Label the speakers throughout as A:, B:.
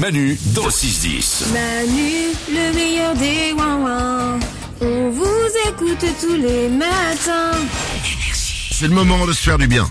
A: Manu dans le 6-10.
B: Manu, le meilleur des ouin On vous écoute tous les matins.
C: C'est le moment de se faire du bien.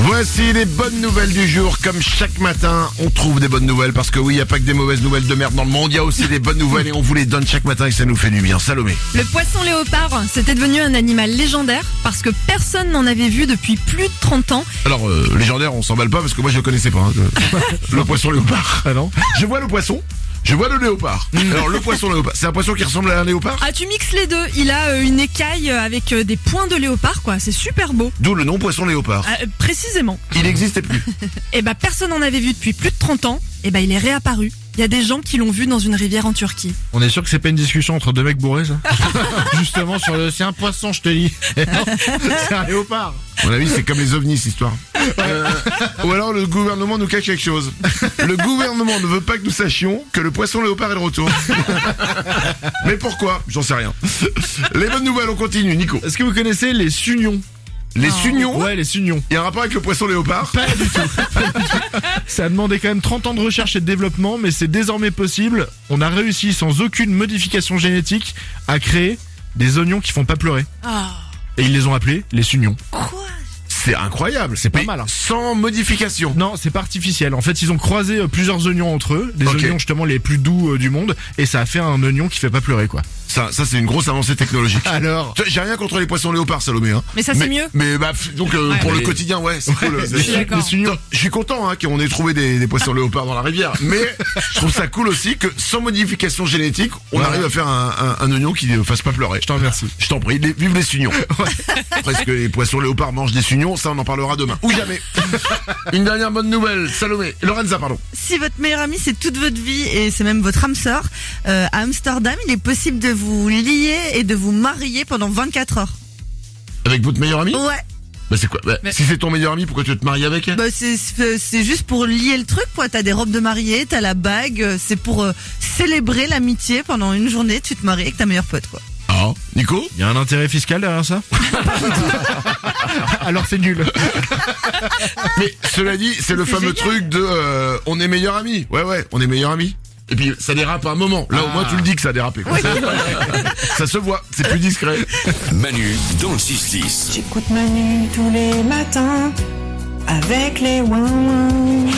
C: Voici les bonnes nouvelles du jour. Comme chaque matin, on trouve des bonnes nouvelles parce que oui, il n'y a pas que des mauvaises nouvelles de merde dans le monde. Il y a aussi des bonnes nouvelles et on vous les donne chaque matin et ça nous fait du bien. Salomé.
D: Le poisson léopard, c'était devenu un animal légendaire parce que personne n'en avait vu depuis plus de 30 ans.
C: Alors, euh, légendaire, on s'emballe pas parce que moi je le connaissais pas. hein. Je- le poisson léopard.
E: Ah non Mm.
C: Je vois le poisson. Je vois le léopard. Alors le poisson léopard, c'est un poisson qui ressemble à un léopard
D: Ah, tu mixes les deux. Il a euh, une écaille euh, avec euh, des points de léopard, quoi. C'est super beau.
C: D'où le nom poisson léopard.
D: Ah, euh, précisément.
C: Il n'existait plus.
D: Et bah, personne n'en avait vu depuis plus de 30 ans. Et bah, il est réapparu. Il y a des gens qui l'ont vu dans une rivière en Turquie.
E: On est sûr que c'est pas une discussion entre deux mecs bourrés, ça Justement, sur le. C'est un poisson, je te dis. c'est un léopard.
C: À mon avis, c'est comme les ovnis, cette histoire. Euh, ou alors le gouvernement nous cache quelque chose. Le gouvernement ne veut pas que nous sachions que le poisson léopard est de retour. Mais pourquoi J'en sais rien. Les bonnes nouvelles, on continue. Nico.
E: Est-ce que vous connaissez les sunions
C: Les
E: Ah.
C: sunions,
E: Ouais, les sunions.
C: il y a un rapport avec le poisson léopard.
E: Ça a demandé quand même 30 ans de recherche et de développement, mais c'est désormais possible. On a réussi sans aucune modification génétique à créer des oignons qui font pas pleurer.
F: Ah.
E: Et ils les ont appelés les sunions.
C: C'est incroyable.
E: C'est pas
C: Mais
E: mal, hein.
C: Sans modification.
E: Non, c'est pas artificiel. En fait, ils ont croisé euh, plusieurs oignons entre eux, des
C: Ok.
E: oignons justement les plus doux euh, du monde, et ça a fait un oignon qui fait pas pleurer, quoi.
C: Ça, ça c'est une grosse avancée technologique.
E: Alors
C: Tu vois, J'ai rien contre les poissons léopards, Salomé. Hein.
D: Mais ça, c'est mieux.
C: Mais bah, pff, donc euh, pour le quotidien, ouais, c'est cool.
E: les,
C: C'est-
E: les sunions.
C: Attends, Je suis content hein, qu'on ait trouvé des, des poissons léopards dans la rivière, mais je trouve ça cool aussi que sans modification génétique, on
E: Voilà.
C: arrive à faire un, un- un oignon qui ne fasse pas pleurer.
E: Je t'en remercie.
C: Je t'en prie, les- vive les sugnons. Presque les poissons léopards mangent des sugnons, ça on en parlera demain. Ou jamais. Une dernière bonne nouvelle, Salomé, Lorenza pardon.
F: Si votre meilleur ami c'est toute votre vie et c'est même votre âme sœur, euh, à Amsterdam il est possible de vous lier et de vous marier pendant 24 heures.
C: Avec votre meilleur ami
D: Mmh.
F: Ouais,
C: Bah c'est quoi Bah,
D: Mais-
C: Si c'est ton meilleur ami, pourquoi tu veux te marier avec elle
F: bah c'est c'est c'est juste pour lier le truc quoi. T'as des robes de mariée, t'as la bague, euh, c'est pour euh, célébrer l'amitié pendant une journée. Tu te maries avec ta meilleure pote quoi.
C: Ah, Nico
E: Il y a un intérêt fiscal derrière ça Alors c'est nul.
C: Mais cela dit, c'est le fameux truc de euh, on est meilleur ami. Ouais ouais, on est meilleur ami. Et puis ça dérape à un moment. Là au
E: Ah.
C: moins tu le dis que ça a dérapé. quoi. ça se voit, c'est plus discret.
A: Manu dans le 6-10.
G: J'écoute Manu tous les matins avec les ouin